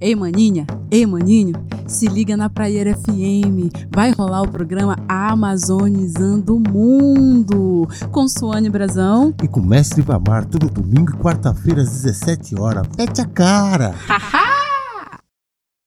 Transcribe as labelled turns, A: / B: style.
A: Ei, maninha, ei, maninho, se liga na Praieira FM. Vai rolar o programa Amazonizando o Mundo com Suane Brazão.
B: E com o Mestre Vamar, todo domingo e quarta-feira às 17 horas. Pete a cara!
A: Haha!